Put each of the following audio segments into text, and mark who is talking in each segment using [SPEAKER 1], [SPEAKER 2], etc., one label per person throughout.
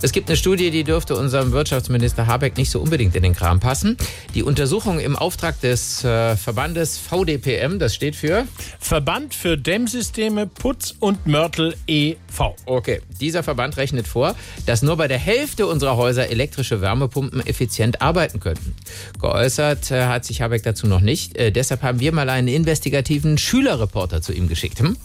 [SPEAKER 1] Es gibt eine Studie, die dürfte unserem Wirtschaftsminister Habeck nicht so unbedingt in den Kram passen. Die Untersuchung im Auftrag des äh, Verbandes VDPM, das steht für
[SPEAKER 2] Verband für Dämmsysteme Putz und Mörtel e e.V.
[SPEAKER 1] Okay, dieser Verband rechnet vor, dass nur bei der Hälfte unserer Häuser elektrische Wärmepumpen effizient arbeiten könnten. Geäußert äh, hat sich Habeck dazu noch nicht. Äh, deshalb haben wir mal einen investigativen Schülerreporter zu ihm geschickt. Hm?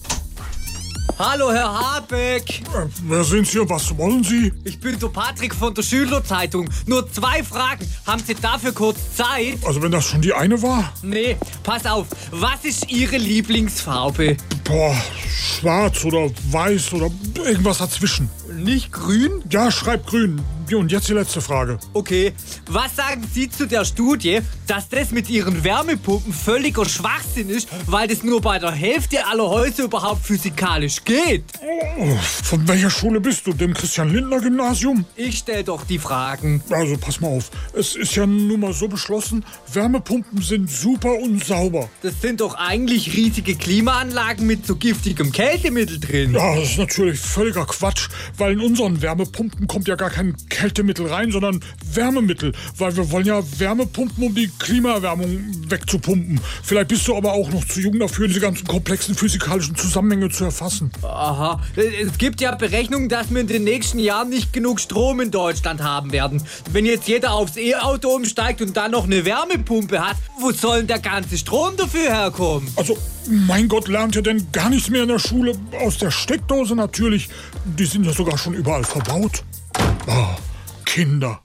[SPEAKER 3] Hallo, Herr Habeck.
[SPEAKER 4] Äh, Wer sind Sie und was wollen Sie?
[SPEAKER 3] Ich bin der Patrick von der Schülerzeitung. Nur zwei Fragen. Haben Sie dafür kurz Zeit?
[SPEAKER 4] Also wenn das schon die eine war?
[SPEAKER 3] Nee, pass auf. Was ist Ihre Lieblingsfarbe?
[SPEAKER 4] Boah, schwarz oder weiß oder irgendwas dazwischen.
[SPEAKER 3] Nicht grün?
[SPEAKER 4] Ja, schreib grün. Und jetzt die letzte Frage.
[SPEAKER 3] Okay. Was sagen Sie zu der Studie, dass das mit Ihren Wärmepumpen völliger Schwachsinn ist, weil das nur bei der Hälfte aller Häuser überhaupt physikalisch geht?
[SPEAKER 4] Oh, von welcher Schule bist du? Dem Christian-Lindner-Gymnasium?
[SPEAKER 3] Ich stell doch die Fragen.
[SPEAKER 4] Also pass mal auf. Es ist ja nun mal so beschlossen, Wärmepumpen sind super und sauber.
[SPEAKER 3] Das sind doch eigentlich riesige Klimaanlagen mit so giftigem Kältemittel drin.
[SPEAKER 4] Ja, das ist natürlich völliger Quatsch, weil in unseren Wärmepumpen kommt ja gar kein Kältemittel rein, sondern Wärmemittel, weil wir wollen ja Wärmepumpen, um die Klimaerwärmung wegzupumpen. Vielleicht bist du aber auch noch zu jung dafür, diese ganzen komplexen physikalischen Zusammenhänge zu erfassen.
[SPEAKER 3] Aha. Äh, Es gibt ja Berechnungen, dass wir in den nächsten Jahren nicht genug Strom in Deutschland haben werden. Wenn jetzt jeder aufs E-Auto umsteigt und dann noch eine Wärmepumpe hat, wo soll denn der ganze Strom dafür herkommen?
[SPEAKER 4] Also, mein Gott, lernt ihr denn gar nichts mehr in der Schule? Aus der Steckdose natürlich. Die sind ja sogar schon überall verbaut. Ah, Kinder.